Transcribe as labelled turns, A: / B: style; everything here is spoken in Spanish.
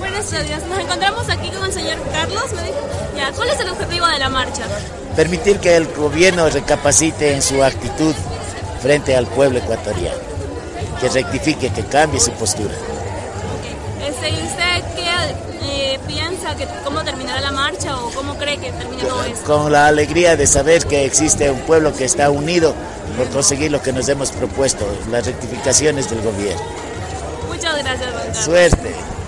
A: gracias a Dios. Nos encontramos aquí con el señor Carlos. Me dijo, ya, ¿cuál es el objetivo de la marcha?
B: Permitir que el gobierno recapacite en su actitud frente al pueblo ecuatoriano, que rectifique, que cambie su postura.
A: Este, ¿y ¿Usted qué eh, piensa que cómo terminará la marcha o cómo cree que termina todo esto?
B: Con la alegría de saber que existe un pueblo que está unido por conseguir lo que nos hemos propuesto, las rectificaciones del gobierno.
A: Muchas gracias, don Carlos.
B: Suerte.